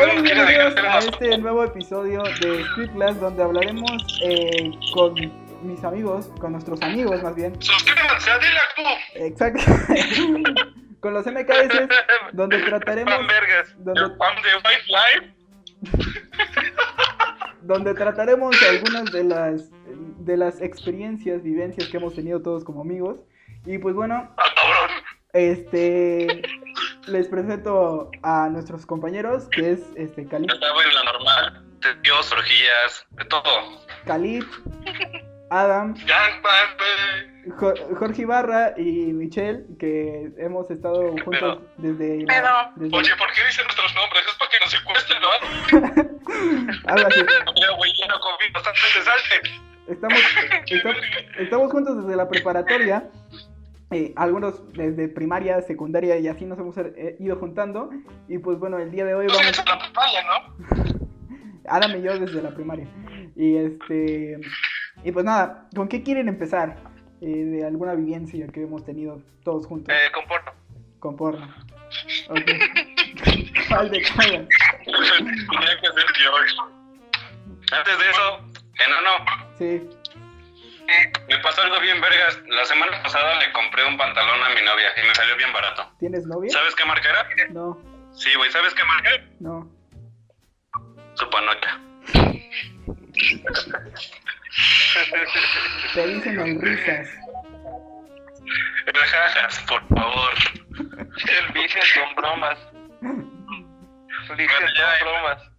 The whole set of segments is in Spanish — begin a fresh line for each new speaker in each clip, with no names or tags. Hola, bienvenidos a
unos-
este nuevo episodio de Scriptless donde hablaremos eh, con mis amigos, con nuestros amigos más bien,
Suscríbanse a Dilac,
exacto, con los MKS, donde trataremos,
Pan Vergas.
donde-
El pan de White Life.
donde trataremos algunas de las de las experiencias, vivencias que hemos tenido todos como amigos. Y pues bueno,
Ah, cabrón.
este les presento a nuestros compañeros, que es este Cali,
Estaba en la normal. De Dios, orgías, de todo.
Calip, Adam,
Gangbang, güey.
Jo- Jorge Ibarra y Michelle, que hemos estado juntos desde, la- desde-
Oye, ¿por qué dicen nuestros nombres? Es para que nos secuestren, ¿no?
algo así.
Ya, güey, ya no comí bastante de salte.
Estamos, esta- estamos juntos desde la preparatoria, eh, algunos desde primaria, secundaria y así nos hemos eh, ido juntando. Y pues bueno, el día de hoy
Tú
vamos,
sigues en la papaya, ¿no?
Adam y yo desde la primaria. Y este, y pues nada, ¿con qué quieren empezar? Eh, de alguna vivencia que hemos tenido todos juntos
Eh, con porno.
con porno. Ok. ¿Cuál de todas?
Tenía que ser yo. Antes de eso, enano,
Sí.
me pasó algo bien, vergas. La semana pasada le compré un pantalón a mi novia y me salió bien barato.
¿Tienes novia?
¿Sabes qué marca era?
No,
Sí, güey, ¿sabes qué marca? era?
no.
Su panocha.
Te dicen el risas.
El jajas, por favor. El vices con bromas. Vices con bromas.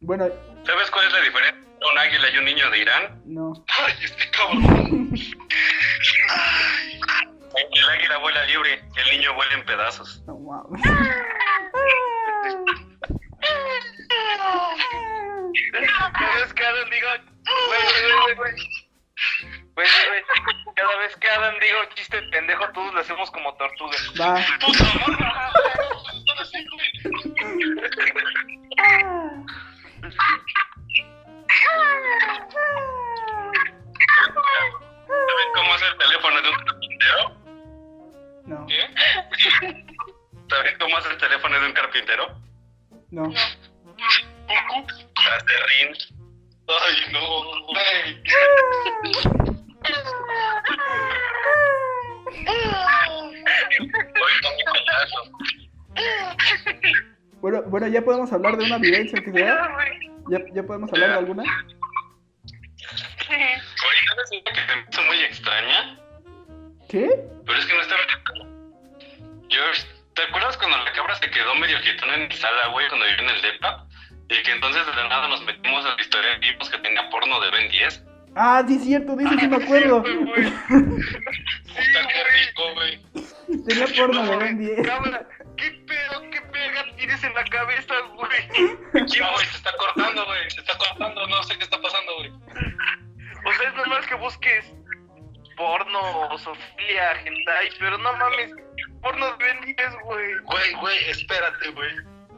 Bueno,
¿Sabes cuál es la diferencia? entre Un águila y un niño de Irán.
no.
Ay, este cabrón. El águila vuela libre, el niño vuela en pedazos.
No, Oh, wow.
Es que Adam digo, güey, güey, güey.
Güey, güey, güey, cada vez que Adam diga un chiste pendejo, todos lo hacemos como tortugas.
Va.
Puta morra. ¿Saben cómo es el teléfono de un carpintero?
No,
¿Eh? ¿Saben cómo es el teléfono de un carpintero?
no.
Caterrín. Ay, no, güey. Oye, no, qué payaso.
Bueno, bueno, ya podemos hablar de una vivencia que sea. ¿Ya, ya podemos hablar de alguna.
Oye, ¿sabes una que se me hizo muy extraña?
¿Qué?
Pero es que no estaba... George, ¿te acuerdas cuando la cabra se quedó medio quietona en mi sala, güey, cuando yo en el DEPA? Y que entonces de la nada nos metimos a la historia y vimos que tenía porno de Ben 10.
Ah, sí, es cierto, dice, sí me acuerdo.
Puta, qué rico, güey.
Tenía porno de Ben 10.
Cámara, ¿qué pedo, qué verga tienes en la cabeza, güey?
Aquí, güey, se está cortando, güey. Se está cortando, no sé qué está pasando, güey.
O sea, Pues es normal que busques porno, sofilia, hentai, pero no mames, porno vendies, güey.
Güey, güey, espérate, güey.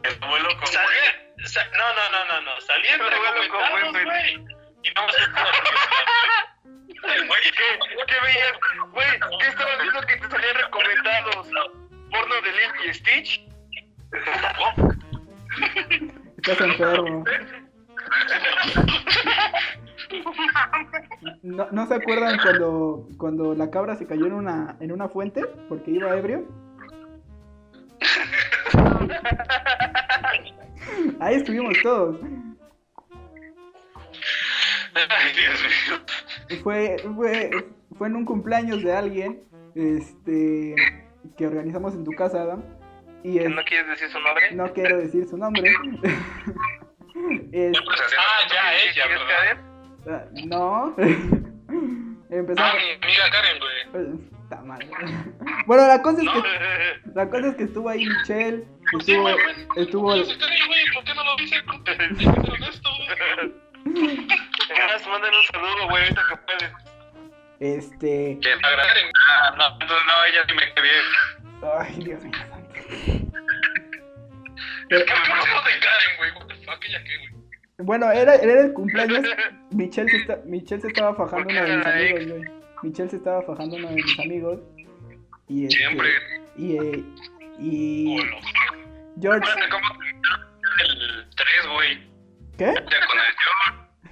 El abuelo con güey. Sa- no, no, no, no, no. Salí entre
El abuelo con
comentados,
güey, güey.
güey. Y no me sé Güey,
¿Qué, qué veías? Güey, ¿qué estabas viendo que te salían recomendados? ¿Porno de Lil y Stitch?
Estás enfermo. ¿No, ¿No se acuerdan cuando, cuando la cabra se cayó en una, en una fuente porque iba ebrio? Ahí estuvimos todos.
Ay, Dios mío.
Fue, fue, fue en un cumpleaños de alguien este, que organizamos en tu casa, Adam. Y es-
¿No quieres decir su nombre?
no quiero decir su nombre. Es-
Ah, ya, ella,
¿Quieres
¿verdad?
caer?
Ah, No.
Ah,
Empezamos.
mi amiga Karen, güey.
Eh, está mal. Bueno, la cosa es
No,
que la cosa es que estuvo ahí Michelle,
sí,
estuvo
güey, güey.
estuvo
¿Qué se cree, güey? ¿Por qué no lo dice? Díganse honesto, güey.
Además, mándale un saludo, güey, ahorita que puedes.
este
Que la Karen. Ah, no, entonces no, ella sí me cae bien.
ay, Dios mío. santo.
Es que me pareció de Karen, güey. What the fuck, ella qué, güey.
Bueno, era, era el cumpleaños. Michelle se, está- Michelle se estaba fajando
¿Por
uno
qué
de mis
era la
amigos, güey. Michelle se estaba fajando uno de mis amigos. Y este,
Siempre. Oh,
y eh, y
Culo.
George
Acuérdate cómo el 3 tres, güey.
¿Qué?
Ya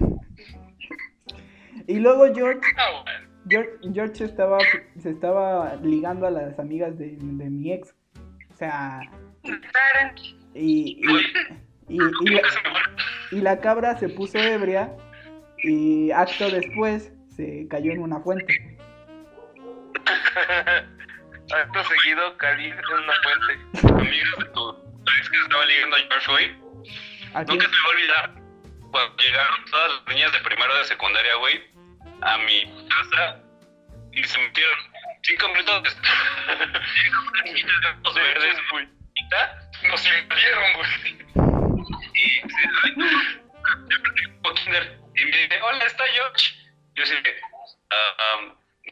con el George.
Y luego George,
No, güey.
George, George se estaba, se estaba ligando a las amigas de, de mi ex. O sea, y,
Güey,
y, y, y la,
nunca se me va.
y la cabra se puso ebria y acto después se cayó en una fuente.
Acto seguido, Khalid en una fuente.
Amigos de tu. ¿Sabes que estaba ligando a George, güey?
¿A quién?
Nunca se me va a olvidar cuando llegaron todas las niñas de primero de secundaria, güey, a mi casa y se metieron cinco minutos después. Llegaron unas niñas de ojos verdes, güey. y Nos invadieron, güey. Y se yo perdí un poco kinder. Y me dice, hola, está George. Yo sí, "Ah, am,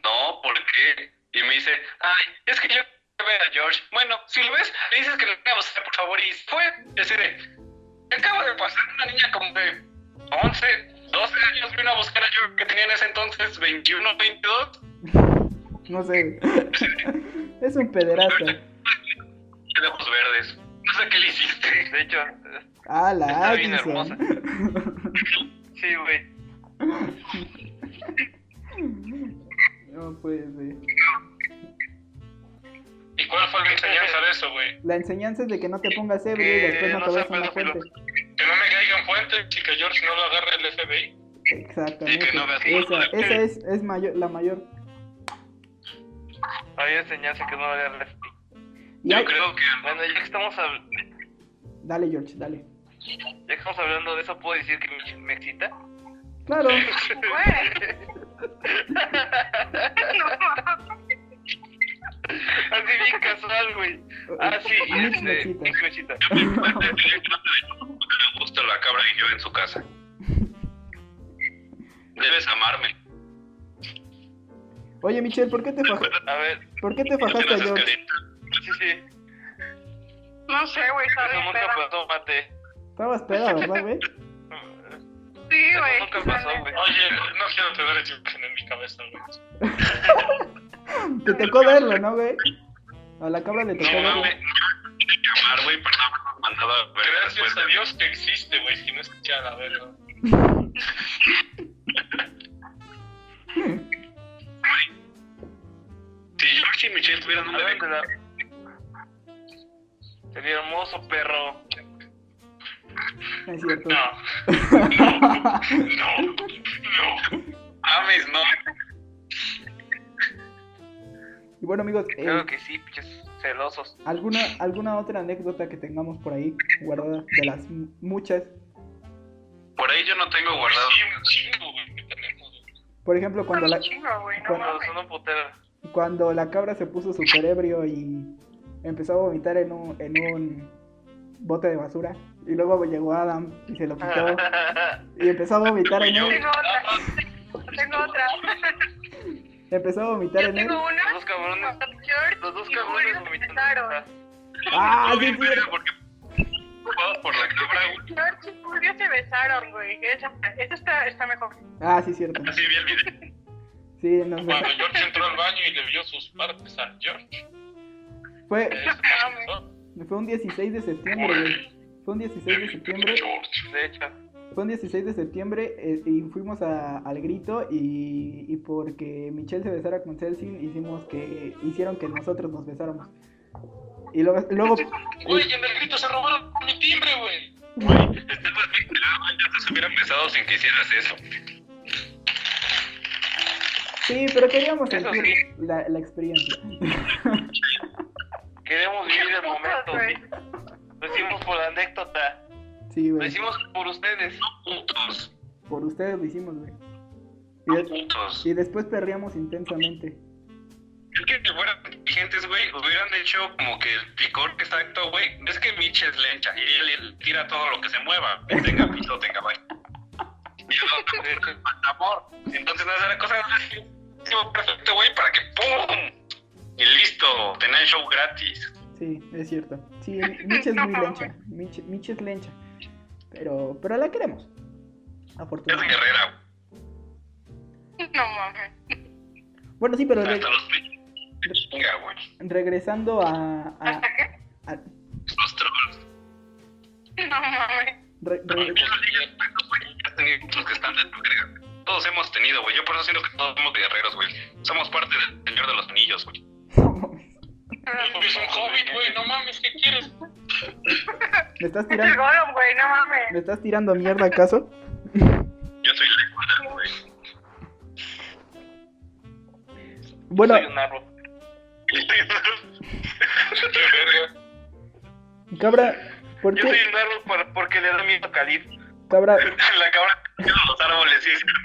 no, ¿por qué? Y me dice, ay, es que yo quiero ver a George. Bueno, si lo ves, le dices que lo vamos a hacer, por favor. Y se fue, Y así de, Acaba de pasar una niña como de 11, 12 años vino a buscar a George que tenía en ese entonces 21, 22.
No sé. Es un pederasta.
De ojos verdes. No sé qué le hiciste.
De hecho, eh,
Ah, la
Está bien
Addison.
sí, güey.
No pues, puede ser.
¿Y cuál fue la enseñanza de eso, güey?
La enseñanza es de que no te pongas ebrio y
Que
después no
no
te
sea
vayas a una
pedófilo.
fuente.
Que no me caigan fuentes y que George no lo agarre el FBI.
Exactamente.
Y que no veas
esa
nada.
esa es, es mayor, la mayor.
Hay enseñanza que no vale la
Y hay-
Yo creo que
Bueno, ya que estamos hab-
Dale, George, dale.
ya que estamos hablando de eso, ¿puedo decir que me, me excita?
Claro.
Así bien casual, güey. Ah, sí,
A mí sí me
este,
excita.
sí me excita.
me gusta la cabra y yo en su casa. Debes amarme.
Oye, Michelle, ¿por qué te, faj-
A ver,
¿por qué te fajaste a
Gracias,
George?
Karina.
sí, sí.
No sé, güey, estaba
Eso
bien
nunca
peda.
pasó, mate.
Estabas peda, ¿verdad, güey?
Sí,
Eso
güey.
nunca pasó, güey. Pues,
Oye, no quiero tener esa imagen en mi cabeza, güey.
Te tocó verlo, ¿no, güey? A la cabra le tocó
No
verlo.
mames, llamar, güey, para habernos mandado a ver la
Gracias
respuesta.
a Dios que existe, güey, si no escuchaba la verga.
Si George y Michelle tuvieran un
A ver,
bebé,
te la... Sería hermoso, perro.
No Ah, es cierto.
no. No, no. Mames, no.
Y bueno, amigos, eh,
Claro que sí, pinches celosos.
¿alguna, ¿alguna otra anécdota que tengamos por ahí guardada de las m- muchas?
Por ahí yo no tengo guardado.
Pues Sí, un chingo, güey, que tenemos. güey.
Por ejemplo, cuando la,
Un chingo, güey, no
cuando-
Cuando
mames.
son un putero.
cuando la cabra se puso su cerebro y empezó a vomitar en un, en un bote de basura. Y luego llegó Adam y se lo quitó. Y empezó a vomitar en él.
Tengo
Ah,
otra. Tengo otra.
Empezó a vomitar
Yo
en él.
tengo una.
Los dos cabrones.
George
Los dos
y Julio
cabrones
se
vomitando.
besaron.
Ah,
Estuve
sí,
bien
es
verga
cierto.
porque ocupado por la cabra, güey.
George y Julio se besaron, güey. Esa, esa está, está mejor.
Ah, sí, es cierto.
Así vi el video.
Sí, nos
Cuando George entró al baño y le vio sus partes a George.
Fue,
Eso
mames.
pasó.
fue un 16 de septiembre, güey. Fue un 16 de septiembre.
George.
De hecho.
Fue un 16 de septiembre eh, y fuimos a- al grito y, y porque Michelle se besara con Celsin hicimos que hicieron que nosotros nos besáramos. Y luego, luego eh,
Güey, en el grito se robaron mi timbre, güey.
Este Güey, Esteban, ya se hubieran besado sin que hicieras eso.
sí, pero queríamos
Eso
sentir
sí.
la, la experiencia.
Queremos vivir el momento.
güey.
sí. Lo hicimos por la anécdota.
Sí,
Lo
güey.
hicimos por ustedes.
Putos,
Por ustedes lo hicimos, güey. Y, de-
putos.
y después perreamos intensamente.
Pues, Es que si fueran inteligentes, güey, hubieran hecho como que el picor exacto, güey. Es que Mitch es lencha y ella le tira todo lo que se mueva. que Tenga pito, tenga baño. Y el otro le dice, amor. Entonces, no la cosa es perfecto, güey, para que ¡pum! Y listo, tener show gratis.
Sí, es cierto. Sí, Mitch es muy lencha. Mitch, Mitch es lencha. Pero, pero la queremos.
Es
Afortunadamente.
guerrera, güey.
No mames.
Bueno, sí, pero re-
Hasta los pechos. Venga, güey.
regresando a, a-
¿Hasta qué?
a-
Los trolls.
No mames.
Re- re-
pues, has tenido muchos que están de tu verga. Todos hemos tenido, güey. Yo por eso siento que todos somos guerreros, güey. Somos parte del Señor de los Anillos, güey.
no mames.
Es un hobbit, güey, no mames, ¿qué quieres?
¿Me estás
Es el
tirando,
Gollum, güey, no mames.
¿me estás tirando mierda acaso?
Yo soy la güey.
Bueno,
Soy un árbol.
Qué verga.
cabra, ¿por
Yo soy
qué?
un árbol por- porque le da miedo a Khalid.
Cabra,
La cabra que tiene los árboles, sí, es cierto.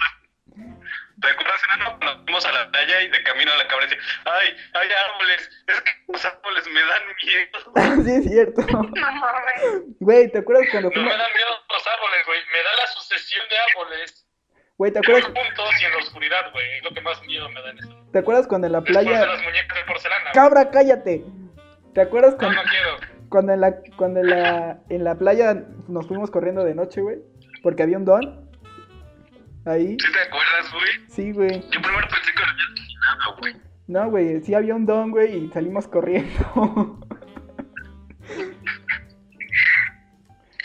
¿Te acuerdas, enano? Cuando fuimos a la playa y de camino a la cabra decía, ay, hay árboles, es que los árboles me dan miedo.
sí es cierto.
No mames.
Güey, ¿te acuerdas cuando
No
fuimos?
me dan miedo los árboles, güey. Me da la sucesión de árboles.
Güey, ¿te
En
acuerdas,
puntos y en la oscuridad, güey. Es lo que más miedo me da en eso.
¿te acuerdas cuando en la
Después de
playa?
las muñecas de porcelana.
Cabra, cállate. ¿Te acuerdas
No,
cuando,
no quiero.
cuando en la cuando en la en la playa nos fuimos corriendo de noche, güey? Porque había un don. Ahí.
¿Sí te acuerdas, güey?
Sí, güey.
Yo primero pensé que lo había terminado, güey.
No, güey, sí había un don, güey, y salimos corriendo.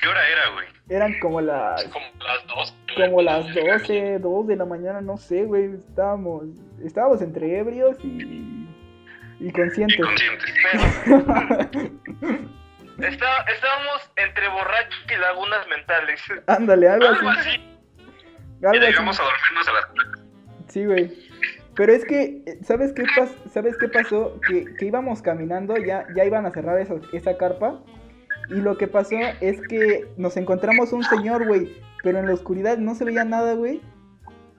¿Qué hora era, güey?
Eran como las
Como las dos. güey.
como las 12, 2 de la mañana, no sé, güey, estábamos estábamos entre ebrios y y conscientes.
Inconsciente.
Está- estábamos entre borrachos y lagunas mentales.
Ándale, algo así.
Algo así. Y
Algo
llegamos
así.
a dormirnos a las
Sí, güey. Pero es que, eh, ¿sabes qué, pas ¿sabes qué pasó? Que, que íbamos caminando, ya, ya iban a cerrar esa, esa carpa. Y lo que pasó es que nos encontramos un señor, güey. Pero en la oscuridad no se veía nada, güey.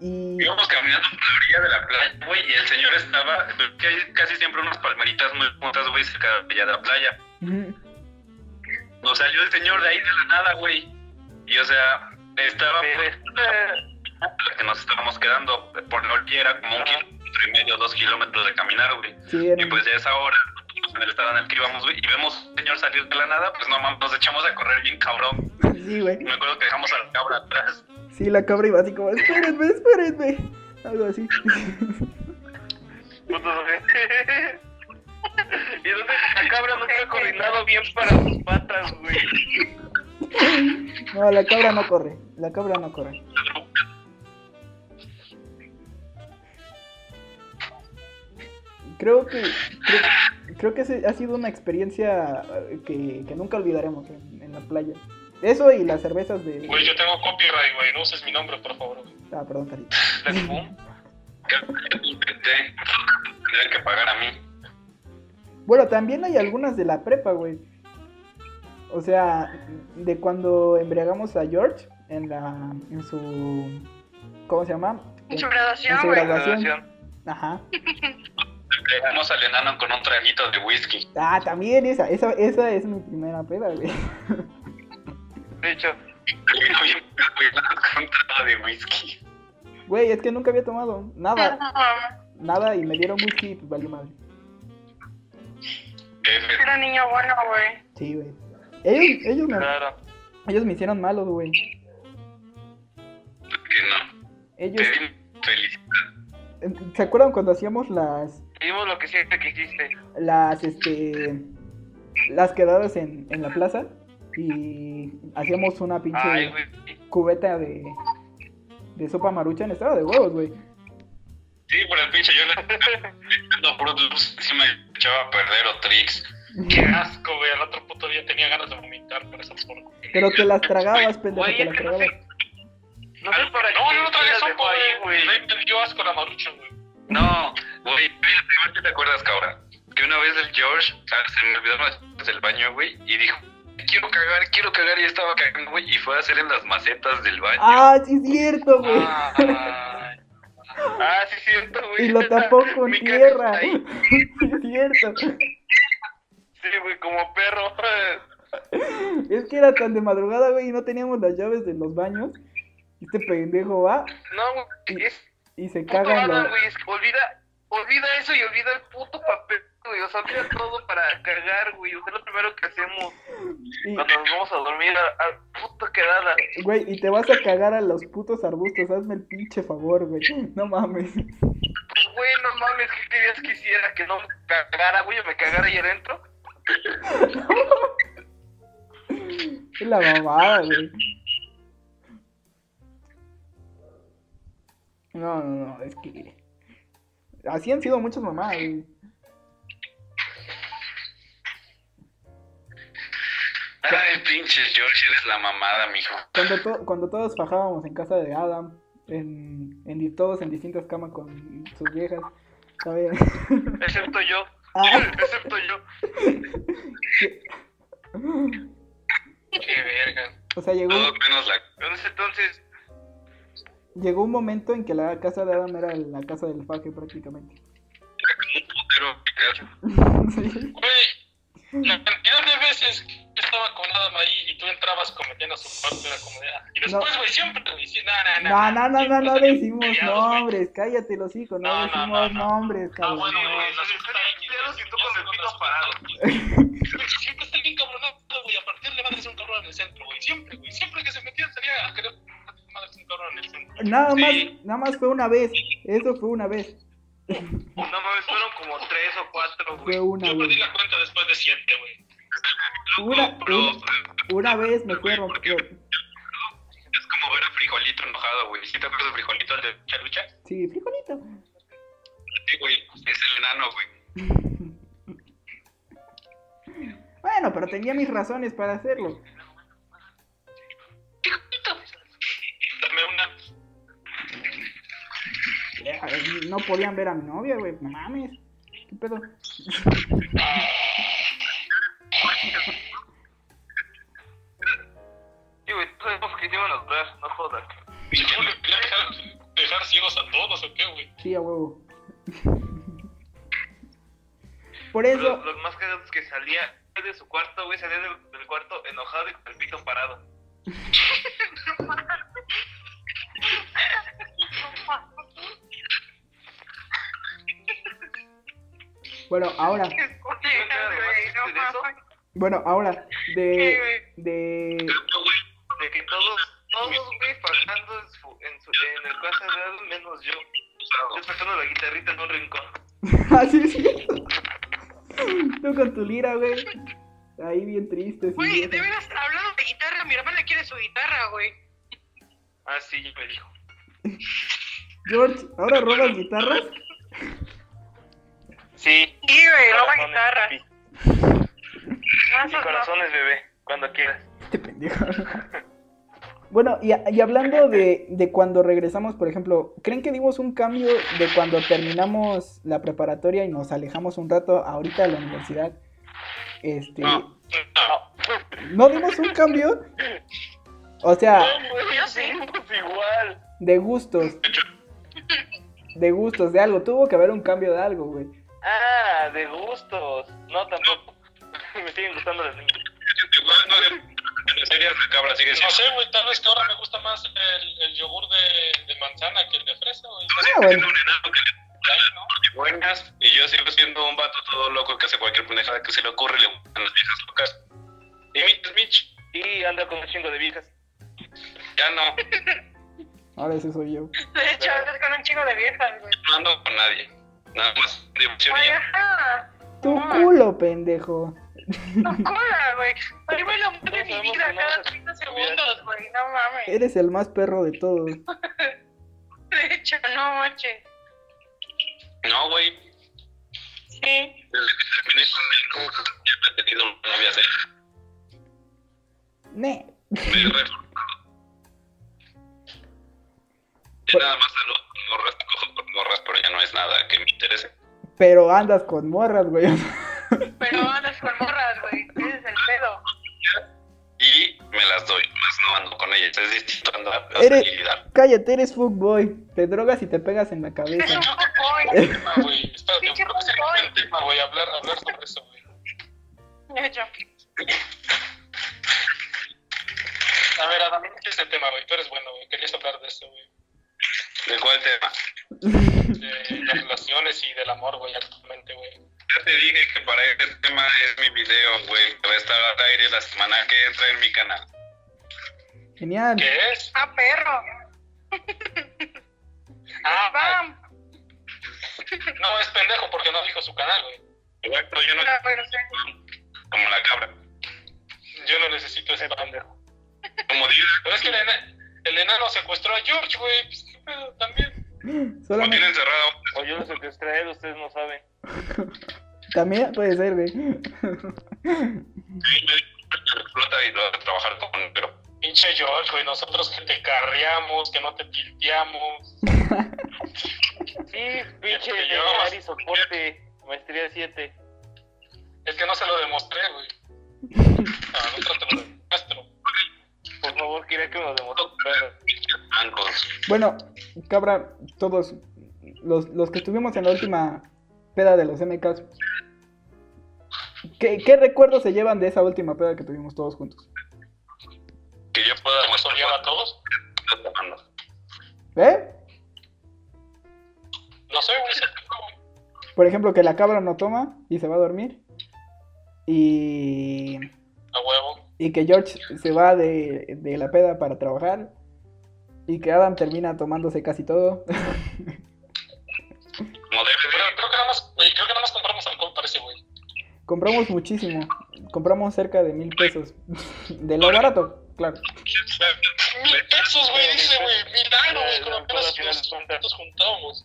Y.
Íbamos caminando por la orilla de la playa, güey, y el señor estaba, que hay casi siempre unas palmeritas muy juntas, güey, cerca de la orilla de la playa.
Ujú.
Nos salió el señor de ahí de la nada, güey. Y o sea, estaba pues,
Eh,
la que nos estábamos quedando por la orilla, era como un kilómetro y medio, dos kilómetros de caminar, güey.
Sí,
Y
era-
pues ya a esa hora, Pues, en el estado en el que íbamos, güey, y vemos un señor salir de la nada, pues no mames, nos echamos a correr bien cabrón.
Sí, güey.
Me acuerdo que dejamos a la cabra atrás.
Sí, la cabra iba así como, espérenme, espérenme. Algo así.
putos, güey. Y entonces la cabra nunca ha coordinado bien para sus patas, güey.
No, la cabra no corre. La cabra no corre. Creo que. Creo, creo que ese ha sido una experiencia eh, que, que nunca olvidaremos en, en la playa. Eso y las cervezas de.
Güey, yo tengo copyright, güey. No uses mi nombre, por favor. güey.
Ah, perdón, Carita.
Black Boom.
Tendrían que pagar a mí.
Bueno, también hay algunas de la prepa, güey. O sea, de cuando embriagamos a George en la. en su. ¿Cómo se llama?
En su
En
graduación,
su
güey.
graduación. Ajá.
Le dejamos al enano con un traguito de whisky.
Ah, también esa, esa, esa es mi primera peda, güey.
De hecho,
Terminó bien cuidado con un trago de whisky.
Güey, es que nunca había tomado nada,
No mames.
nada y me dieron whisky y pues valió madre.
Qué fe-
Era niño bueno, güey.
Sí, güey. Ellos, ellos, me,
claro.
ellos me hicieron malos, güey.
que no.
Ellos,
Te di feliz.
¿se acuerdan cuando hacíamos las,
Hicimos lo que siempre quisiste.
las, este, las quedadas en, en la plaza? Y hacíamos una pinche
Ay, güey.
cubeta de, de sopa maruchan, estaba de huevos, güey.
Sí, por el pinche yo le dando Fruit Loops encima me echaba a perder o tricks.
Qué asco, güey. Al otro puto día tenía ganas de vomitar por esa porco.
Pero te las tragabas, pendejo,
Güey,
te
es
las
que no
tragabas.
sé. No sé para
No,
qué
yo no tragué
las
sopa,
dejó ahí,
güey. Me dio asco la marucha, güey.
No, güey, espérate, ¿qué te acuerdas, cabra? Que una vez el George ah, se me olvidó las cosas del baño, güey, y dijo, quiero cagar, quiero cagar, y estaba cagando, güey, y fue a hacer en las macetas del baño.
Ah, sí es cierto, güey.
Ay,
Ah, sí, cierto, güey.
Y lo tapó con
Mi
tierra.
cara está ahí.
Es cierto.
Sí, güey, como perro.
Es que era tan de madrugada, güey, y no teníamos las llaves de los baños. Este pendejo va
No, güey, es
y se
puto
caga en
Adam,
la...
güey. es- Olvida, olvida eso y olvida el puto papel, güey. O sea, olvida todo para cagar, güey. O sea, lo primero que hacemos cuando nos vamos a dormir a, a puta quedada.
Y, güey, y te vas a cagar a los putos arbustos. Hazme el pinche favor, güey. No mames.
Pues, güey, no mames, ¿qué querías que hiciera? Que no me cagara, güey, o me cagara ahí adentro.
Es la mamada, güey. No, no, no, es que. Así han sido muchas mamás, güey.
Ay, pinches George, eres la mamada, mijo.
Cuando, to- cuando todos fajábamos en casa de Adam, en, en di- todos en distintas camas con sus viejas. ¿sabes?
Excepto yo.
Ah,
Excepto yo.
Qué verga.
o sea, llegó,
Todo menos la.
En ese entonces,
llegó un momento en que la casa de Adam era la casa del faje prácticamente.
Pero,
Sí.
Güey, la cantidad de veces que yo estaba con Adam ahí y tú entrabas cometiendo su parte de la comunidad. Y después,
No.
güey, siempre te decía, no,
No,
no,
no, no, no, no
siempre
decimos
peleados, güey.
nombres, cállate los hijos, no
No, no, no,
decimos
no.
nombres,
Ah,
cabrón.
bueno, güey,
Sí,
los
sí,
está
sí,
ahí,
claro, si tú
ya
con
se
el pito
las
parado.
cuentas, güey. Siempre está bien cabronado, güey. A partir le van a hacer un cabrón en el centro, güey. Siempre, güey. Siempre que se metía salía a querer madre un cabrón en el centro.
Nada más,
Sí.
nada más fue una vez, eso fue una vez,
no mames, fueron como tres o cuatro, güey.
fue una
Yo perdí
vez.
la cuenta después de siete, güey.
Una,
pero
una, una vez me fui a romper,
es como ver a Frijolito enojado, güey. ¿Sí te acuerdas de Frijolito, el de Lucha Lucha?
sí, frijolito.
Sí, güey, es el enano, güey.
Bueno, pero tenía mis razones para hacerlo.
Dame una.
Eh, No podían ver a mi novia, güey. No mames. ¿Qué pedo?
Sí, güey, tú sabemos que te iban a durar, no jodas.
¿Y cómo le quería dejar, dejar ciegos a todos o qué, güey?
Sí, a huevo. Por
Lo,
eso,
lo más cagado es que salía de su cuarto, güey, salía del, del cuarto enojado y con el pito parado.
bueno, ahora, bueno, ahora, de, de,
No, güey,
De que todos, todos, güey, fajando en, su, en, su, en el casa de Adam, menos yo. Yo sacando la guitarrita en un rincón.
así es cierto. Ah, Tú con tu lira, güey. Ahí bien triste.
Güey,
sí,
de veras, hablando de guitarra, mi hermana quiere su guitarra, güey.
Ah, sí, me dijo.
George, ¿ahora robas guitarras?
Sí.
Sí, güey, roba
corazones,
guitarra. Ah,
sí.
Más
Y corazones, bebé, cuando quieras.
Este pendejo. Bueno, y, a- y hablando de, de cuando regresamos, por ejemplo, ¿creen que dimos un cambio de cuando terminamos la preparatoria y nos alejamos un rato ahorita de la universidad? Este,
No.
No.
¿No dimos un cambio? O sea,
Yo sí.
Pues igual.
de gustos. De gustos, de algo. Tuvo que haber un cambio de algo, güey.
Ah, de gustos. No, tampoco. me siguen gustando las niñas.
igual no de. En serio, la cabra sigue
No
siendo.
sé, güey, tal vez que ahora me gusta más el, el yogur de, de manzana que el de fresa, güey.
Ah, bueno.
un enano que le ahí, ¿no? De buenas. Y yo sigo siendo un vato todo loco que hace cualquier pendejada que se le ocurre y le gustan las viejas locas. Y Mitch, Mitch,
Y anda con un chingo de viejas.
ya no,
Ahora ese soy yo.
De hecho, andas con un chico de viejas, güey.
no ando con nadie. Nada más diversión y
Oye,
ya.
ajá.
Tu
Ah.
culo, pendejo.
No cola, güey. Pero me lo mueve
No
mi
sabemos
vida
cómo
cada
vamos a
30 segundos, güey. No mames.
Eres el más perro de todos.
De hecho, no manches.
No, güey.
Sí.
Desde que terminé con él, como que siempre he tenido una novia seria.
Ne.
Me he reformado. Ya nada más a los morras, cojo por morras, pero ya no es nada que me interese.
Pero andas con morras, güey.
Pero andas con morras, güey. Ese es el pedo.
Y me las doy, más no ando con ellas. Es distinto andar a
Eres-
salir y dar.
Cállate, eres fuckboy. Te drogas y te pegas en la
Es
cabeza.
un fuckboy.
tema, güey. Está creo que
Pinche
es un buen tema, güey, hablar, hablar sobre eso, güey.
De hecho.
A ver, Adam, ¿qué es el tema, güey? Tú eres bueno, güey. Querías hablar de eso, güey.
¿De cuál tema?
De las relaciones y del amor, güey, actualmente, güey.
Ya te dije que para este tema es mi video, güey, que va a estar al aire la semana que entra en mi canal.
Genial.
¿Qué es?
Ah, perro.
Ah, ah,
Bam.
no, es pendejo porque no dijo su canal, güey.
Exacto, yo no
Ah, pero sí.
como la cabra.
Yo no necesito ese pendejo.
Como diga,
Pero es que el, ena- el enano secuestró a George, güey. Pues, qué pedo, también.
Lo
Solamente...
tiene encerrado.
O yo lo secuestré a él, ustedes no saben.
También puede ser, güey.
y me explota y lo hace trabajar con él, pero
Pinche George, güey, nosotros que te carreamos, que no te pilteamos.
Sí, pinche
Este,
de
yo-
Ari soporte, maestría 7.
Es que no se lo demostré, güey. A nosotros te lo demuestro.
Por favor, quería que me lo demostrara.
blancos.
Bueno, cabra, todos los, los que estuvimos en la última peda de los MKs, ¿qué, qué recuerdos se llevan de esa última peda que tuvimos todos juntos?
Que yo pueda
¿Nos
mostrar
odiaba a todos?
¿Eh?
No sé, güey.
Por ejemplo, que la cabra no toma y se va a dormir. Y,
A huevo.
y que George se va de, de la peda para trabajar. Y que Adam termina tomándose casi todo.
Como debe
Pero
de.
creo que nada más, güey, creo que nada más compramos alcohol para ese güey.
Compramos muchísimo. Compramos cerca de mil pesos. De lo barato, claro.
Mil pesos, güey, dice, güey. Milagro, güey, con
Pero,
apenas
pero,
nos
pero,
nos juntamos.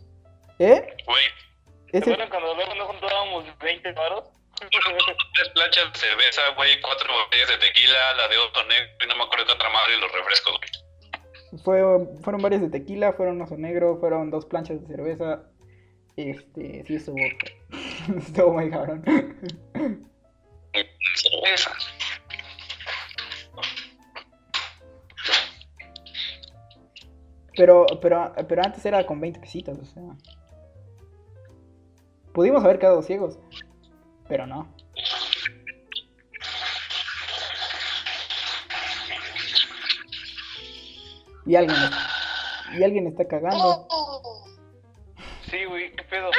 ¿Eh?
Güey,
¿Se
Ese-
acuerdan cuando luego nos juntábamos 20 varos?
tres planchas de cerveza, güey, cuatro botellas de tequila, la de otro negro, y no me acuerdo qué otra madre y los refrescos, güey.
Fue- fueron varios de tequila, fueron oso negro, fueron dos planchas de cerveza. Este, sí estuvo. estuvo muy cabrón.
Cerveza.
Pero, pero, pero antes era con 20 pesitos, o sea. Pudimos haber quedado ciegos. Pero no. Y alguien, y alguien está cagando.
Sí, güey, qué pedo.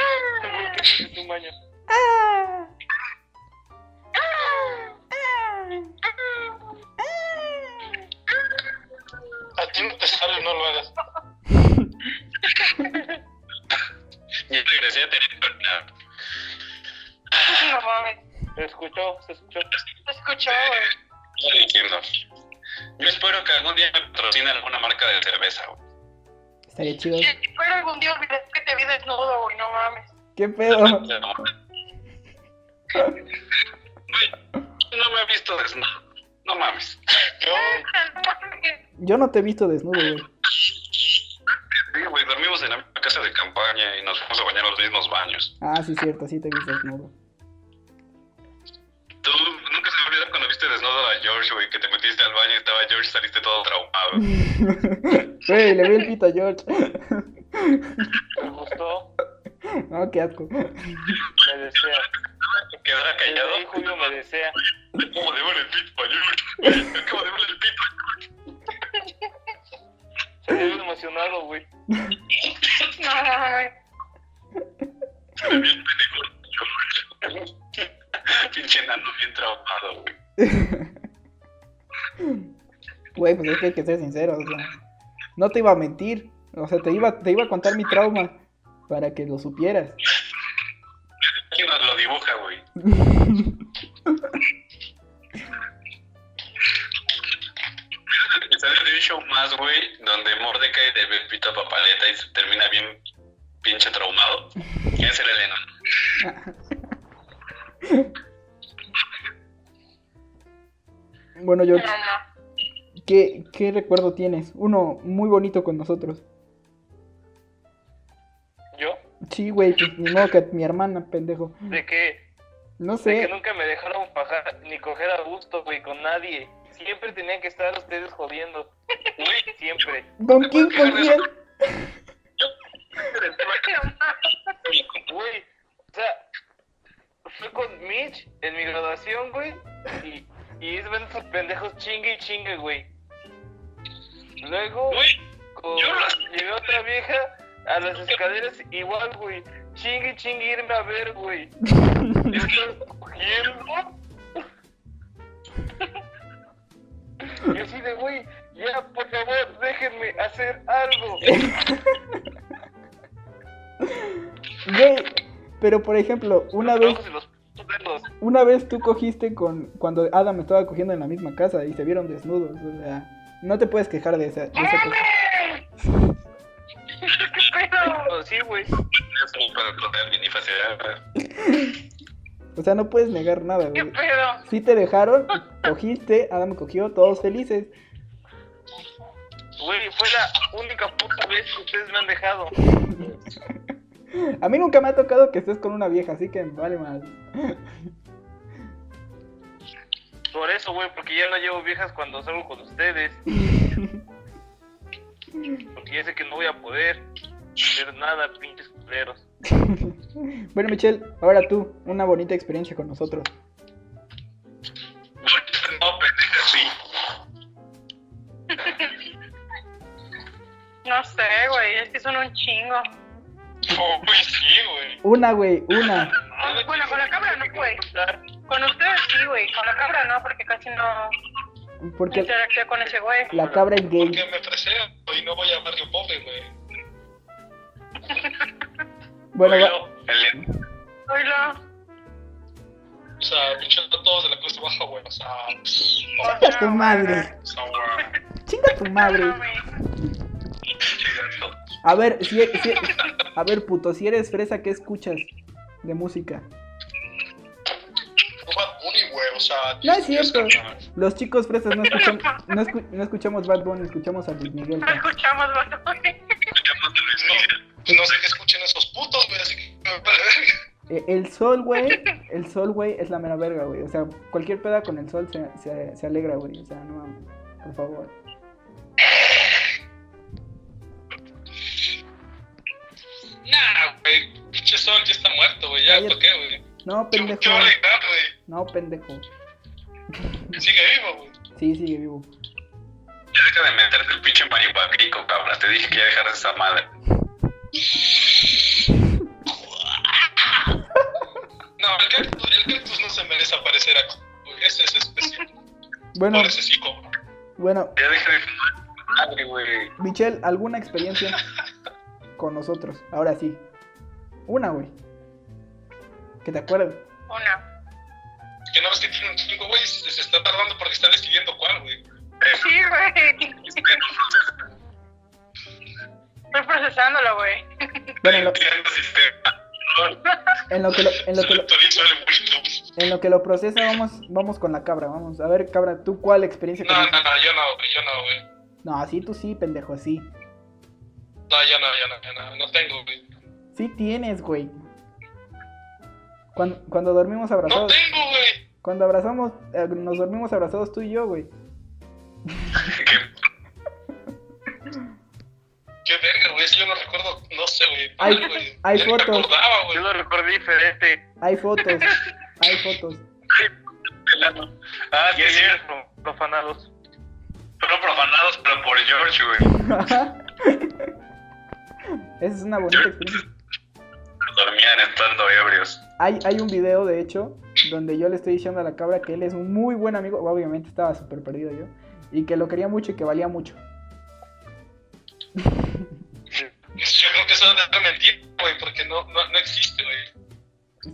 Es un baño.
A ti no te sale, no lo hagas.
Y regresé a tener enfermedad.
No mames.
Se escuchó, se escuchó.
Te escucho, güey.
Estoy diciendo. Yo espero que algún día me patrocine alguna marca de cerveza, güey.
Estaría chido.
Que Espero algún día olvidar que te vi desnudo, güey. No mames.
¿Qué pedo?
Güey, No me he visto desnudo. No mames.
Yo,
Yo no te he visto desnudo, güey.
Sí, güey, dormimos en la misma casa de campaña y nos fuimos a bañar a los mismos baños.
Ah, sí, cierto, sí te he visto desnudo.
Tú nunca se me olvida cuando viste desnudo a George, güey, que te metiste al baño y estaba George y saliste todo traumado.
Güey, le vi el pito a George.
Me gustó,
No, qué asco.
me desea.
Te quedaba
Desde
callado.
ahí Julio me desea.
Como de ver el pito a George. Como de ver el pito.
Se ve emocionado, güey.
No mames.
Me vi el pendejo de George. Pinche nano bien traumado, güey.
Güey, pues es que hay que ser sincero, o sea. No te iba a mentir. O sea, te iba, te iba a contar mi trauma para que lo supieras.
¿Quién nos lo dibuja, güey? Y sale de un show más, güey, donde Mordecai le ve el pito a papaleta y se termina bien pinche traumado. Ese era Elena.
Bueno,
No,
George,
no.
¿qué, qué recuerdo tienes? Uno muy bonito con nosotros.
¿Yo?
Sí, güey, pues ni modo que mi hermana, pendejo.
De que,
No
de que
sé.
nunca me dejaron bajar ni coger a gusto, güey, con nadie. Siempre tenían que estar ustedes jodiendo. Güey, siempre.
¿Con quién? ¿Con quién?
Güey, o sea, fui con Mitch en mi graduación, güey, y, y es ven esos pendejos chingue y chingue, güey. Luego,
Güey,
con-
yo las-
llevé a otra vieja a las escaleras, igual, güey, chingue y chingue irme a ver, güey. Yo estaba cogiendo. Y así de, güey, ya, por favor, déjenme hacer algo.
Güey, pero por ejemplo, una
Los
vez
ojos y los dedos.
Una vez tú cogiste con. Cuando Adam estaba cogiendo en la misma casa y se vieron desnudos. O sea, no te puedes quejar de esa. de esa cosa.
¿Qué pedo,
así, güey.
Es como para trolear bien y facilidad. güey.
O sea, no puedes negar nada,
¿Qué
güey.
pedo?
Si te dejaron, cogiste, Adam cogió, todos felices.
Güey, fue la única puta vez que ustedes me han dejado.
A mí nunca me ha tocado que estés con una vieja, así que vale más.
Por eso, güey, porque ya no llevo viejas cuando salgo con ustedes. Porque ya sé que no voy a poder hacer nada, pinches culeros.
Bueno, Michelle, ahora tú, una bonita experiencia con nosotros.
No, pendeja, sí.
No sé, güey, es que son un chingo.
Oh, güey, sí, güey.
Una, güey, una.
Ah, bueno, con la cámara no puede. Con ustedes sí, güey. Con la cámara no, porque casi no
Porque
interactué con ese güey.
la cabra es gay.
Porque me presento y no voy a Mario Pobre, güey.
Bueno, va-
Pero,
El-
Oílo.
o sea, pinche todos de la Cruz Baja, güey. O sea, pss,
chinga tu madre.
o sea, güey.
Chinga tu madre.
Chigazo.
A ver, si, e, si- a ver, puto, si eres fresa, ¿qué escuchas de música?
No Bad Bunny, güey, o sea...
No es cierto.
escucha.
Los chicos fresas no, escuchan- no, escu- no escuchamos Bad Bunny, escuchamos a Luis Miguel.
No escuchamos, güey.
Llámate Luis Miguel.
No sé qué escuchen esos putos, güey, así que... me vale verga.
Eh, El sol, güey, el sol, güey, es la mera verga, güey. O sea, cualquier peda con el sol se, se, se alegra, güey. O sea, no mames, por favor.
Nah, güey, pinche Sol ya está muerto, güey, ya,
Ayer-
¿para qué, güey?
No,
¿Qué
pendejo.
qué va a alegrar, güey?
No, pendejo.
Sigue vivo, güey.
Sí, sigue vivo.
Ya deja de meterte el pinche marihuacrico, cabra. Te dije que ya dejaras esa madre.
No, el cactus, el cactus no se merece aparecer aquí, güey, ese es especial.
Bueno,
Por ese psico.
bueno,
Ya deja de fumar esa madre, güey.
Michelle, ¿alguna experiencia con nosotros? Ahora sí. Una, güey. Que te acuerdes.
Una.
Que no ves que tiene un chingo, güey, se se está tardando porque están escribiendo cuál, güey.
Sí, güey. Estoy procesándolo, güey.
Bueno, en lo,
Entiendo sistema.
en lo que lo, en lo
Se
que lo,
actualizó el Windows.
en lo que lo procesa, vamos, vamos con la cabra, vamos. A ver, cabra, ¿tú cuál experiencia
No,
con
no, no, yo no, güey, yo no, güey.
No, sí, tú sí, pendejo, sí.
No, yo no, yo no, yo no, no tengo, güey.
Sí tienes, güey. Cuando, cuando dormimos
No
abrazados,
tengo, güey.
cuando abrazamos, eh, nos dormimos abrazados tú y yo, güey.
Que-
Qué verga, güey, si yo no recuerdo, no sé, güey.
Hay-
mal, güey.
hay
Ya ni me
fotos.
acordaba, güey.
Yo lo recordé diferente.
Hay fotos, hay fotos.
Ah,
Y
sí, es
ayer,
cierto.
no, profanados.
Fueron profanados, pero por George, güey.
Esa es una bonita experiencia.
Dormían estando ebrios.
Hay, hay un video, de hecho, donde yo le estoy diciendo a la cabra que él es un muy buen amigo. Obviamente estaba súper perdido yo. Y que lo quería mucho y que valía mucho.
Yo creo que eso debe ser mentira, güey, porque no, no, no existe, güey.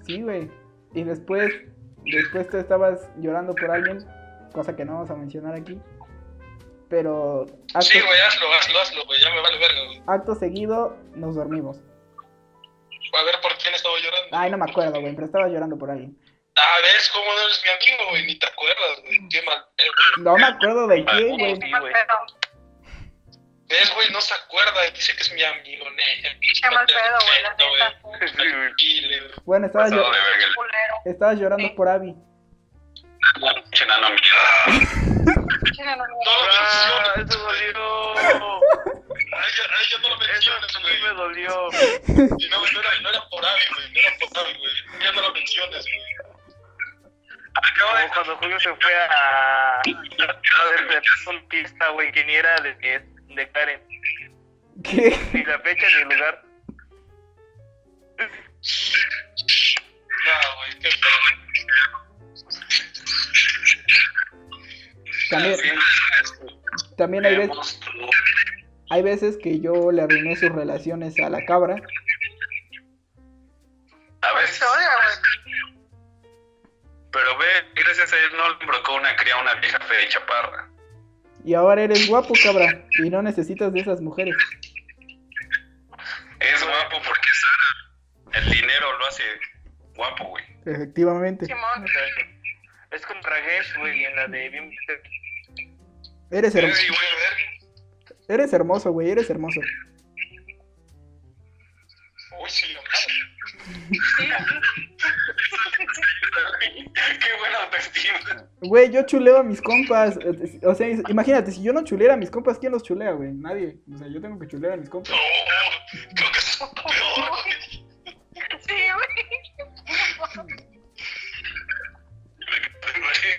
Sí, güey. Y después, después tú estabas llorando por alguien, cosa que no vamos a mencionar aquí. Pero acto,
Sí, güey, hazlo, hazlo, hazlo, güey, ya me vale verga, güey.
acto seguido nos dormimos.
A ver por quién estaba llorando.
Ay, no me acuerdo, güey, pero estaba llorando por alguien.
Ah, ves cómo no eres mi amigo, güey, ni te acuerdas, güey. Qué mal, pedo, güey.
No me acuerdo de quién,
Sí,
güey.
güey.
Pedo.
Ves, güey, no se acuerda y dice que es mi amigo, ne.
Qué mal pedo, güey, la
Perfecto,
neta.
Sí, güey.
Tranquilo, güey.
Bueno, estabas,
Pasado
llo-
de verga.
Culero.
estabas llorando por Abby.
La pinche nano mierda.
Chile, no, no.
No lo
Ah,
menciones,
eso
güey.
dolió.
Ay, ya- ay, ya no lo
Eso
menciones,
sí
güey.
me dolió.
Y no, no era, no era por Abby, güey, no era por Abby, güey. Ya no lo menciones, güey.
Acabo de
Como cuando Julio se fue a... A ver,
Joder,
de un pista, güey, que ni era de, de Karen.
¿Qué?
Ni la fecha ni el lugar.
No, güey, qué pedo, güey.
También, también hay, veces,
monstruo.
hay veces que yo le arruiné sus relaciones a la cabra.
A veces.
Se odia, güey.
Pero ve, gracias a él no le embrocó una cría a una vieja fea y chaparra.
Y ahora eres guapo, cabra. Y no necesitas de esas mujeres.
Es guapo porque Sara, el dinero lo hace guapo, güey.
Efectivamente.
Simón.
Es con Ragesh, güey, en la de Bien.
Eres, herm-
Sí, güey, a ver.
eres hermoso, güey, eres hermoso.
Uy, sí, hombre.
Sí,
Qué buena autoestima.
Güey, yo chuleo a mis compas. eh, O sea, imagínate, si yo no chuleara a mis compas, ¿quién los chulea, güey? Nadie. O sea, yo tengo que chulear a mis compas.
No, creo que eso es peor, güey.
sí, güey.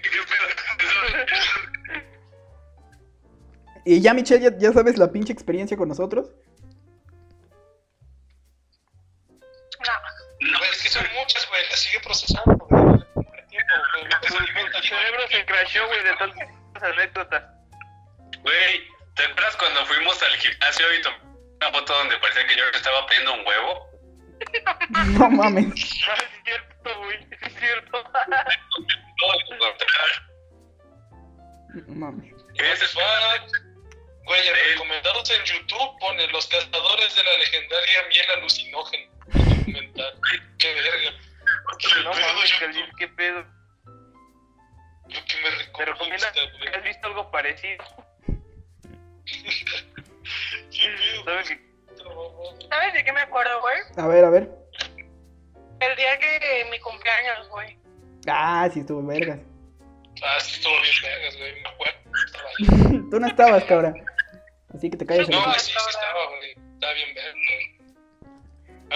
¿Qué pedo?
Y ya, Michelle, ya, ya sabes la pinche experiencia con nosotros.
No.
No, es que son muchas, güey. Las sigue procesando, güey. El tiempo, güey. Lo que se alimenta,
Mi cerebro se crashó, güey, de tantas anécdotas.
Güey, ¿te acuerdas cuando fuimos al gimnasio y tomé una foto donde parecía que yo estaba pidiendo un huevo?
No mames.
Ah, sí es cierto, güey, sí es cierto.
Todo lo contrario.
No mames.
Ese fue
Güey,
Sí.
recomendados en YouTube pone Los cazadores de la legendaria miel alucinógena. Documental. Qué verga.
No mames, Calvin, qué pedo.
Yo que me
Te recomienda
recomienda, güey.
que has visto algo parecido.
Qué pedo,
¿Sabes qué?
güey.
¿Sabes de qué me acuerdo, güey?
A ver, a ver.
El día que mi cumpleaños, güey.
Ah, sí, estuvo vergas.
Ah, sí, estuvo bien, vergas, güey. Me acuerdo. Estaba ahí.
Tú no estabas, cabra. Así que te calles. el
No, ah,
hocico.
sí, sí estaba, güey. Estaba bien verga, güey.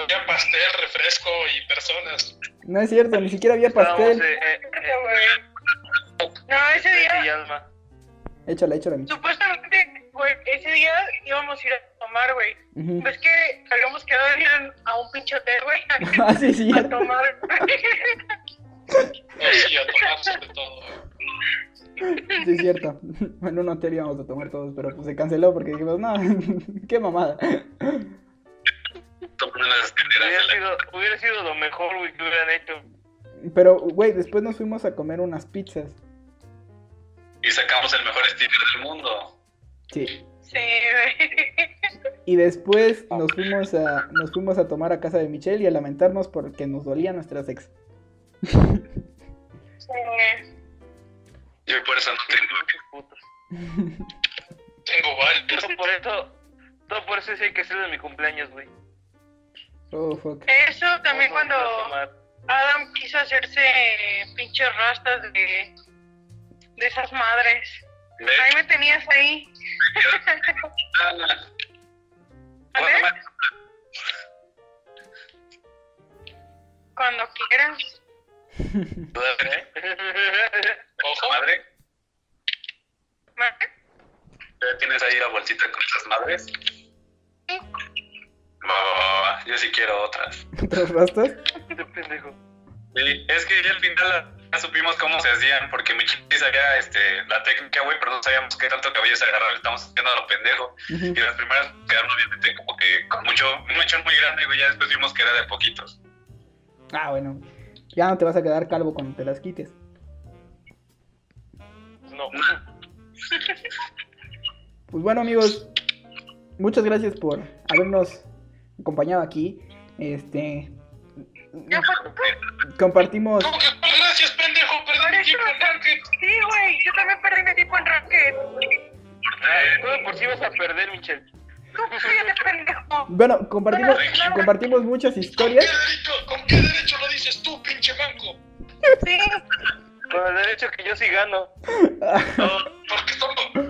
Había pastel, refresco y personas.
No es cierto, ni siquiera había
Estábamos
pastel.
eh, eh, eh,
No, ese
Betty y
día,
Alma.
Échala, échala. Michelle.
supuestamente, güey, ese día íbamos a ir a tomar, güey.
Ujú.
¿Ves que habíamos quedado en ir a un pinche hotel, güey?
Ah, sí, sí.
A tomar.
No, sí, a tomar sobre todo, güey.
Sí, es cierto. En un hotel íbamos a tomar todos, pero pues se canceló porque dijimos, no, qué mamada.
tomando las escaleras de
Hubiera
la
sido, hubiera sido lo mejor, güey, que hubieran hecho.
Pero, güey, después nos fuimos a comer unas pizzas.
y sacamos el mejor estilo del mundo.
Sí.
Sí, güey.
Y después nos fuimos a, nos fuimos a tomar a casa de Michelle y a lamentarnos porque nos dolía nuestra sex.
Sí.
Yo por eso no tengo.
Putos.
Tengo varios.
Todo por eso, todo por eso sí hay que hacerlo en mi cumpleaños, güey.
Oh, fuck.
Eso también
Vamos a
cuando
tomar.
Adam quiso hacerse pinches rastas de, de esas madres. Ahí
Ve,
me tenías ahí.
Ana,
A
cuando
ver,
me-
cuando quieras.
¿Eh?
Ojo,
Madre,
¿Vale?
¿ya tienes ahí la bolsita con esas madres? Va, va, va, va, Yo sí quiero otras.
¿Otras rastas?
Este pendejo.
Sí, es que ya al final ya supimos cómo se hacían, porque mi chiqui sabía este, la técnica, güey, pero no sabíamos qué tanto cabello se agarraba, estamos haciendo a lo pendejo.
Ujú.
Y las primeras quedaron obviamente como que con mucho, un mechón muy grande, güey, ya después vimos que era de poquitos.
Ah, bueno. Ya no te vas a quedar calvo cuando te las quites.
No.
Pues bueno, amigos, muchas gracias por habernos acompañado aquí. Este.
Ya fue tú.
Compartimos.
¿Cómo que pues, gracias, pendejo? Perdón,
Por
aquí
eso.
con Racket.
Sí, güey. Yo también perdí mi equipo en racket.
Todo por si vas a perder, Michelle.
Tú fíjate, pendejo.
Bueno, compartimos, compartimos muchas
¿Con qué
historias.
derecho? ¿Con qué derecho lo dices tú, pinche manco?
Sí.
Con el derecho que yo sí gano.
Porque son. Uh,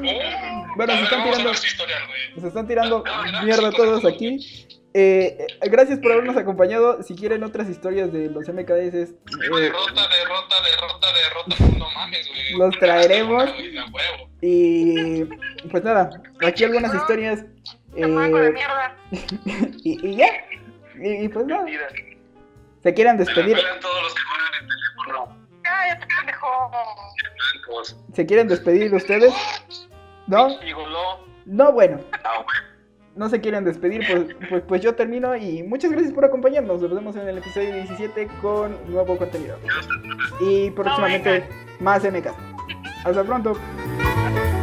Bueno,
a
se
ver,
están
vamos a
tirando-
ver su historial, güey.
Nos están tirando mierda todos aquí. Eh, eh, gracias por habernos acompañado. Si quieren otras historias de los MKDs, eh,
Derrota, derrota, derrota, derrota. No mames, güey.
Los traeremos.
Güey, a huevo.
y pues nada, aquí algunas historias.
Te mango de
eh,
mierda.
y, y ya. Y, y pues nada,
Mentira.
se quieren
Se la
despedir.
pelan todos los que juegan en teléfono.
Cállate, pendejo.
blancos.
¿Se quieren despedir ustedes? ¿No?
Y goló.
No, bueno.
Ah, güey.
No se quieren despedir, pues, pues, pues yo termino y muchas gracias por acompañarnos. Nos vemos en el episodio 17 con nuevo contenido. Y próximamente más MK. Hasta pronto.
Bye.